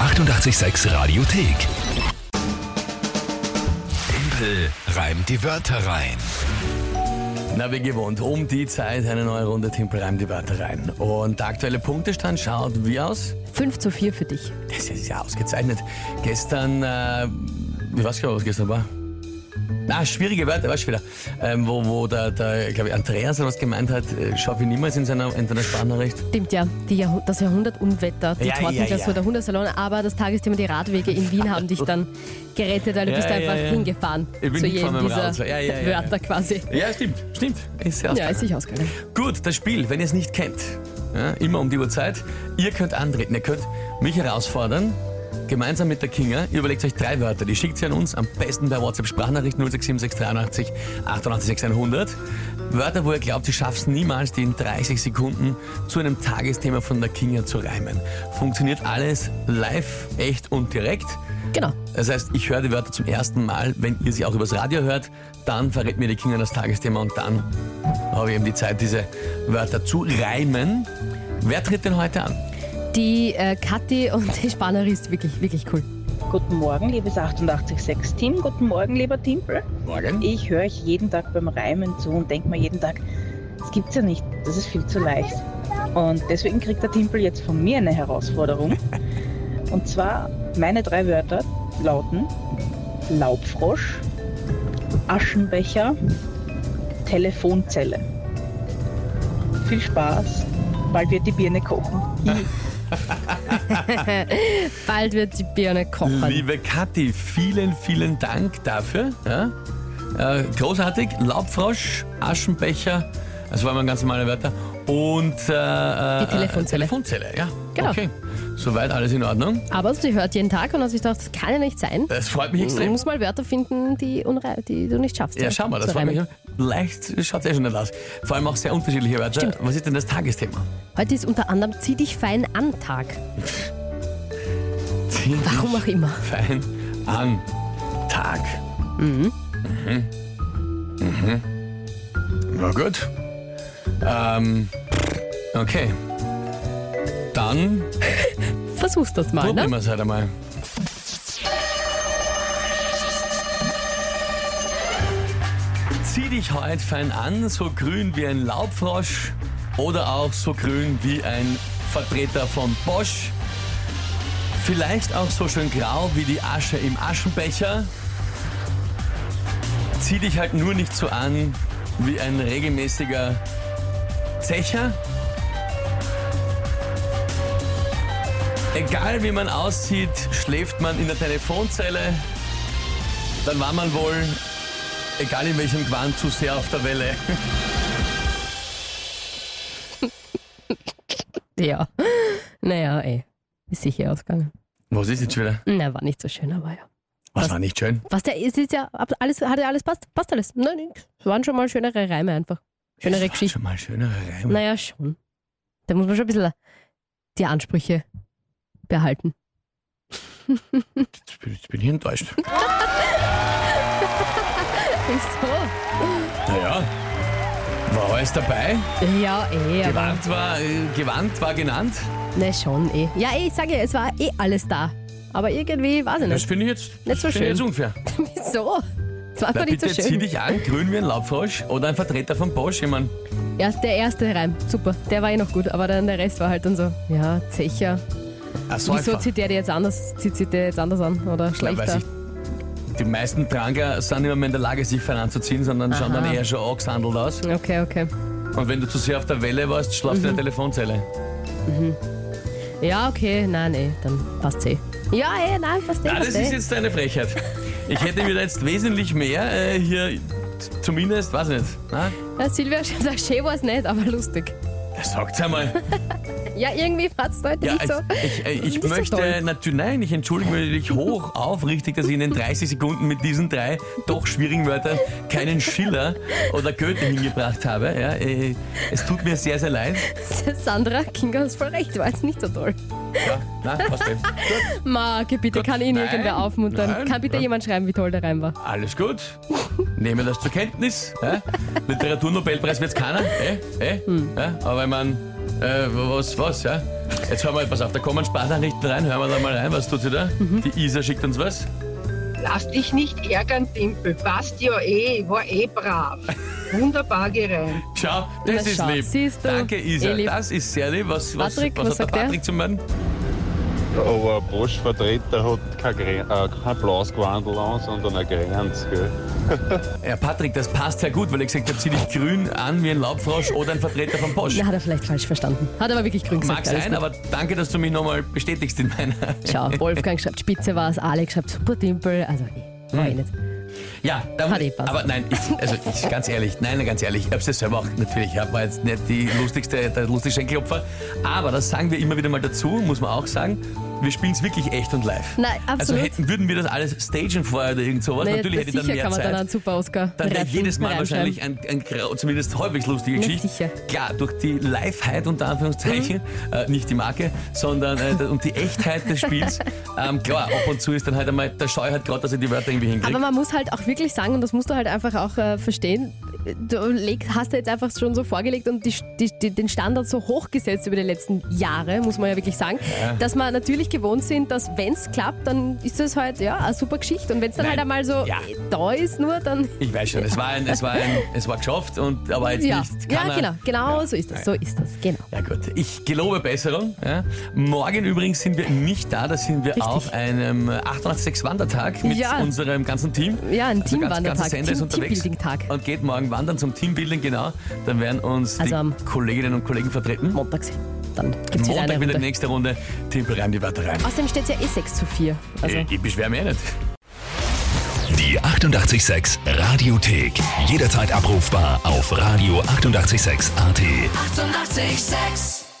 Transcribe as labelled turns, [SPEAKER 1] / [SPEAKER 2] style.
[SPEAKER 1] 886 Radiothek. Tempel reimt die Wörter rein.
[SPEAKER 2] Na, wie gewohnt, um die Zeit eine neue Runde Timpel reimt die Wörter rein. Und der aktuelle Punktestand schaut wie aus?
[SPEAKER 3] 5 zu 4 für dich.
[SPEAKER 2] Das ist ja ausgezeichnet. Gestern, äh, ich weiß gar nicht, was gestern war. Na, schwierige Wörter, weißt du wieder. Ähm, wo, wo der, der glaube ich, Andreas oder was gemeint hat, äh, schaffe ich niemals in seiner, in seiner Sprachnachricht.
[SPEAKER 3] Stimmt ja, die Jahrh das Jahrhundertunwetter, die
[SPEAKER 2] Ja, ja,
[SPEAKER 3] Tortenklausur,
[SPEAKER 2] ja.
[SPEAKER 3] der Hundesalon, aber das Tagesthema die Radwege in Wien haben dich dann gerettet, weil du
[SPEAKER 2] Ja,
[SPEAKER 3] bist
[SPEAKER 2] ja,
[SPEAKER 3] einfach
[SPEAKER 2] ja.
[SPEAKER 3] hingefahren
[SPEAKER 2] Ich bin
[SPEAKER 3] zu
[SPEAKER 2] hingefahren
[SPEAKER 3] jedem
[SPEAKER 2] mit dem
[SPEAKER 3] dieser
[SPEAKER 2] Rad, so. Ja, ja, ja, ja.
[SPEAKER 3] Wörter quasi.
[SPEAKER 2] Ja, stimmt, stimmt. Ist sehr
[SPEAKER 3] Ja, ist sich ausgegangen.
[SPEAKER 2] Gut, das Spiel, wenn ihr es nicht kennt, ja, immer um die Uhrzeit, ihr könnt antreten, ihr könnt mich herausfordern, gemeinsam mit der Kinga, ihr überlegt euch drei Wörter, die schickt sie an uns, am besten per WhatsApp Sprachnachricht 0676 88 88 600. Wörter, wo ihr glaubt, ihr schafft es niemals, die in 30 Sekunden zu einem Tagesthema von der Kinga zu reimen. Funktioniert alles live, echt und direkt.
[SPEAKER 3] Genau.
[SPEAKER 2] Das heißt, ich höre die Wörter zum ersten Mal. Wenn ihr sie auch übers Radio hört, dann verrät mir die Kinga das Tagesthema und dann habe ich eben die Zeit, diese Wörter zu reimen. Wer tritt denn heute an?
[SPEAKER 3] Die äh, Kathi und die Spannerin ist wirklich, wirklich cool.
[SPEAKER 4] Guten Morgen, liebes 886-Team. Guten Morgen, lieber Timpel.
[SPEAKER 2] Morgen.
[SPEAKER 4] Ich höre euch jeden Tag beim Reimen zu und denke mir jeden Tag, das gibt's ja nicht, das ist viel zu leicht. Und deswegen kriegt der Timpel jetzt von mir eine Herausforderung. Und zwar, meine drei Wörter lauten Laubfrosch, Aschenbecher, Telefonzelle. Viel Spaß, bald wird die Birne kochen.
[SPEAKER 3] Bald wird die Birne kochen.
[SPEAKER 2] Liebe Kathi, vielen, vielen Dank dafür. Ja? Äh, großartig. Laubfrosch, Aschenbecher, das waren mal ganz normale Wörter. Und äh, äh,
[SPEAKER 3] Die Telefonzelle.
[SPEAKER 2] Telefonzelle, ja.
[SPEAKER 3] Genau.
[SPEAKER 2] Okay. Soweit alles in Ordnung.
[SPEAKER 3] Aber sie hört jeden Tag und hat sich gedacht, das kann ja nicht sein.
[SPEAKER 2] Das freut mich
[SPEAKER 3] Du
[SPEAKER 2] Äh, extrem.
[SPEAKER 3] musst mal Wörter finden, die, unrei- die du nicht schaffst.
[SPEAKER 2] Ja, schau mal, das
[SPEAKER 3] zu
[SPEAKER 2] war
[SPEAKER 3] reimen.
[SPEAKER 2] mir leicht, schaut eh schon nicht aus. Vor allem auch sehr unterschiedliche Wörter.
[SPEAKER 3] Stimmt.
[SPEAKER 2] Was ist denn das Tagesthema?
[SPEAKER 3] Heute ist unter anderem Zieh dich fein an Tag. Warum auch immer.
[SPEAKER 2] Fein an Tag. Mhm. Mhm. Na gut. Ähm, okay. Dann
[SPEAKER 3] Versuch's das mal,
[SPEAKER 2] probieren
[SPEAKER 3] ne?
[SPEAKER 2] wir es halt einmal. Zieh dich heute fein an, so grün wie ein Laubfrosch oder auch so grün wie ein Vertreter von Bosch. Vielleicht auch so schön grau wie die Asche im Aschenbecher. Zieh dich halt nur nicht so an wie ein regelmäßiger Zecher. Egal wie man aussieht, schläft man in der Telefonzelle, dann war man wohl, egal in welchem Gewand, zu sehr auf der Welle.
[SPEAKER 3] Ja. Naja, ey. Ist sicher ausgegangen.
[SPEAKER 2] Was ist jetzt wieder?
[SPEAKER 3] Na, war nicht so schön, aber ja.
[SPEAKER 2] Was
[SPEAKER 3] Was?
[SPEAKER 2] war nicht schön?
[SPEAKER 3] Was der ist, ist ja ab- alles, hat ja alles passt. Passt alles. Nein, nix. Es waren schon mal schönere Reime einfach.
[SPEAKER 2] Das
[SPEAKER 3] Schönere
[SPEAKER 2] waren
[SPEAKER 3] Geschichten.
[SPEAKER 2] Schon mal schönere Reime.
[SPEAKER 3] Naja, schon. Da muss man schon ein bisschen die Ansprüche behalten.
[SPEAKER 2] Jetzt bin- Jetzt bin ich enttäuscht.
[SPEAKER 3] So.
[SPEAKER 2] Naja, war alles dabei.
[SPEAKER 3] Ja, eh, aber.
[SPEAKER 2] Gewand war, äh, Gewand war genannt.
[SPEAKER 3] Ne, schon eh. Ja, eh, ich sage, ja, es war eh alles da. Aber irgendwie, weiß
[SPEAKER 2] Das
[SPEAKER 3] ich nicht.
[SPEAKER 2] finde ich jetzt
[SPEAKER 3] Nicht so
[SPEAKER 2] finde ich jetzt
[SPEAKER 3] schön.
[SPEAKER 2] unfair.
[SPEAKER 3] Wieso? Es war
[SPEAKER 2] Na,
[SPEAKER 3] einfach nicht so
[SPEAKER 2] bitte zieh
[SPEAKER 3] schön.
[SPEAKER 2] dich an, grün wie ein Laubfrosch oder ein Vertreter von Bosch. Ich mein,
[SPEAKER 3] Ja, der erste Reim, super. Der war eh noch gut, aber dann der Rest war halt dann so, ja, Zecher.
[SPEAKER 2] ein
[SPEAKER 3] Wieso
[SPEAKER 2] Säufer.
[SPEAKER 3] zieht der die jetzt anders, zieht sie der jetzt anders an oder
[SPEAKER 2] Na, weiß
[SPEAKER 3] schlechter?
[SPEAKER 2] ich, die meisten Tranker sind nicht mehr in der Lage, sich fein anzuziehen, sondern schauen
[SPEAKER 3] Aha.
[SPEAKER 2] dann eher schon angesandelt aus.
[SPEAKER 3] Okay, okay.
[SPEAKER 2] Und wenn du zu sehr auf der Welle warst, schlafst du in der Telefonzelle.
[SPEAKER 3] Ja, okay, nein, eh, dann passt's eh. Ja, eh, nein, passt eh,
[SPEAKER 2] Na, das
[SPEAKER 3] passt
[SPEAKER 2] ist
[SPEAKER 3] eh.
[SPEAKER 2] jetzt deine Frechheit. Ich hätte mir da jetzt wesentlich mehr äh, hier, z- zumindest, weiß ich nicht. Na?
[SPEAKER 3] Ja, Silvia, na, schön war's nicht, aber lustig.
[SPEAKER 2] Ja, Sagt's einmal.
[SPEAKER 3] Ja, irgendwie passt's heute
[SPEAKER 2] Ja,
[SPEAKER 3] nicht so.
[SPEAKER 2] ich, äh, ich
[SPEAKER 3] Nicht so
[SPEAKER 2] möchte
[SPEAKER 3] toll.
[SPEAKER 2] natürlich, nein, ich entschuldige mich hoch aufrichtig, dass ich in den 30 Sekunden mit diesen drei doch schwierigen Wörtern keinen Schiller oder Goethe hingebracht habe. Ja, äh, es tut mir sehr, sehr leid.
[SPEAKER 3] Sandra, Kinga hast voll recht, war jetzt nicht so toll.
[SPEAKER 2] Ja, na, passt eh.
[SPEAKER 3] Marke, bitte,
[SPEAKER 2] Gott,
[SPEAKER 3] kann ihn
[SPEAKER 2] nein,
[SPEAKER 3] irgendwer aufmuntern?
[SPEAKER 2] nein,
[SPEAKER 3] kann bitte
[SPEAKER 2] nein.
[SPEAKER 3] jemand schreiben, wie toll der Reim war?
[SPEAKER 2] Alles gut. Nehme das
[SPEAKER 3] Hm.
[SPEAKER 2] zur Kenntnis. Ja? Literaturnobelpreis wird es keiner. Äh? Äh? Ja? Aber ich meine, Äh, was, was, ja? Jetzt hören wir, pass auf, da kommen Sprachnachrichten rein, hören wir da mal rein, was tut sie da?
[SPEAKER 3] Mhm.
[SPEAKER 2] Die Isa schickt uns was.
[SPEAKER 5] Lass dich nicht ärgern, Timpel. Passt ja eh, ich war eh brav. Wunderbar gereimt.
[SPEAKER 2] Schau, das
[SPEAKER 3] Na
[SPEAKER 2] ist
[SPEAKER 3] schau,
[SPEAKER 2] lieb.
[SPEAKER 3] siehst du,
[SPEAKER 2] Danke, Isa,
[SPEAKER 3] eh lieb.
[SPEAKER 2] das ist sehr lieb. Was, was,
[SPEAKER 3] Patrick,
[SPEAKER 2] was,
[SPEAKER 3] was
[SPEAKER 2] hat
[SPEAKER 3] sagt
[SPEAKER 2] der
[SPEAKER 3] der?
[SPEAKER 2] Patrick zu meinen?
[SPEAKER 6] Aber ein Bosch-Vertreter hat kein, Gren- äh, kein blaues Gewandel an, sondern ein Grenz, gell?
[SPEAKER 2] Ja, Patrick, das passt sehr gut, weil ich gesagt habe, zieh dich grün an wie ein Laubfrosch oder ein Vertreter von Bosch.
[SPEAKER 3] Na, hat er vielleicht falsch verstanden. Hat aber wirklich grün gesagt.
[SPEAKER 2] Mag
[SPEAKER 3] alles
[SPEAKER 2] sein,
[SPEAKER 3] gut.
[SPEAKER 2] aber danke, dass du mich nochmal bestätigst in meiner.
[SPEAKER 3] Schau, Wolfgang schreibt Spitze war es, Alex schreibt super Dimpel. Also,
[SPEAKER 2] Hm.
[SPEAKER 3] eh, war eh nicht.
[SPEAKER 2] Ja, da
[SPEAKER 3] Hat eh passt.
[SPEAKER 2] aber nein, ich, also ich, ganz ehrlich, nein, ganz ehrlich, ich hab's ja selber auch natürlich, ja, war jetzt nicht die lustigste, der lustigste Schenkelopfer, aber das sagen wir immer wieder mal dazu, muss man auch sagen, wir spielen's wirklich echt und live.
[SPEAKER 3] Nein,
[SPEAKER 2] Also
[SPEAKER 3] absolut.
[SPEAKER 2] hätten, würden wir das alles stagen vorher oder irgend sowas,
[SPEAKER 3] Naja,
[SPEAKER 2] natürlich
[SPEAKER 3] das
[SPEAKER 2] hätte ich dann
[SPEAKER 3] sicher
[SPEAKER 2] mehr
[SPEAKER 3] kann man
[SPEAKER 2] Zeit.
[SPEAKER 3] dann einen super Oscar
[SPEAKER 2] dann wäre jedes Mal wahrscheinlich ein, ein, grau- zumindest häufig lustige
[SPEAKER 3] Na,
[SPEAKER 2] Geschichte.
[SPEAKER 3] sicher. Mhm.
[SPEAKER 2] Klar, durch die Liveheit unter Anführungszeichen, äh, nicht die Marke, sondern äh, und die Echtheit des Spiels. Ähm, klar, ab und zu ist dann halt einmal der Scheu halt gerade, dass er die Wörter irgendwie hinkriegt.
[SPEAKER 3] Aber man muss halt auch wirklich sagen, und das musst du halt einfach auch äh, verstehen, du leg, hast ja jetzt einfach schon so vorgelegt und die, die, die, den Standard so hochgesetzt über die letzten Jahre, muss man ja wirklich sagen, dass wir natürlich gewohnt sind, dass wenn es klappt, dann ist das halt ja eine super Geschichte. Und wenn es dann
[SPEAKER 2] Nein.
[SPEAKER 3] halt einmal so
[SPEAKER 2] Ja.
[SPEAKER 3] äh, da ist, nur dann.
[SPEAKER 2] Ich weiß schon, es war ein, es war ein, es war geschafft und aber jetzt
[SPEAKER 3] Ja,
[SPEAKER 2] nicht. Kann
[SPEAKER 3] ja
[SPEAKER 2] er,
[SPEAKER 3] genau, genau so ist das. So ist das, genau.
[SPEAKER 2] Ja gut, ich gelobe Besserung. Ja. Morgen übrigens sind wir nicht da, da sind wir auf einem 806 Wandertag mit
[SPEAKER 3] Ja.
[SPEAKER 2] unserem ganzen Team.
[SPEAKER 3] Ja,
[SPEAKER 2] Also
[SPEAKER 3] ein
[SPEAKER 2] ganz- ganzes
[SPEAKER 3] Teamwandertag,
[SPEAKER 2] Sender ist
[SPEAKER 3] Team-
[SPEAKER 2] unterwegs
[SPEAKER 3] Teambuilding-Tag.
[SPEAKER 2] Und geht morgen wandern zum Teambuilding, genau. Dann werden uns
[SPEAKER 3] Also am
[SPEAKER 2] die Kolleginnen und Kollegen vertreten.
[SPEAKER 3] Montags. Dann gibt es wieder eine
[SPEAKER 2] Montag wieder die
[SPEAKER 3] Runde.
[SPEAKER 2] nächste Runde. Timpel rein, die Wörter rein.
[SPEAKER 3] Außerdem steht es ja eh 6 zu 4. Also.
[SPEAKER 2] Ich, ich beschwere mich eh nicht.
[SPEAKER 1] Die 886 Radiothek. Jederzeit abrufbar auf radio886.at. 886! 886.
[SPEAKER 7] 886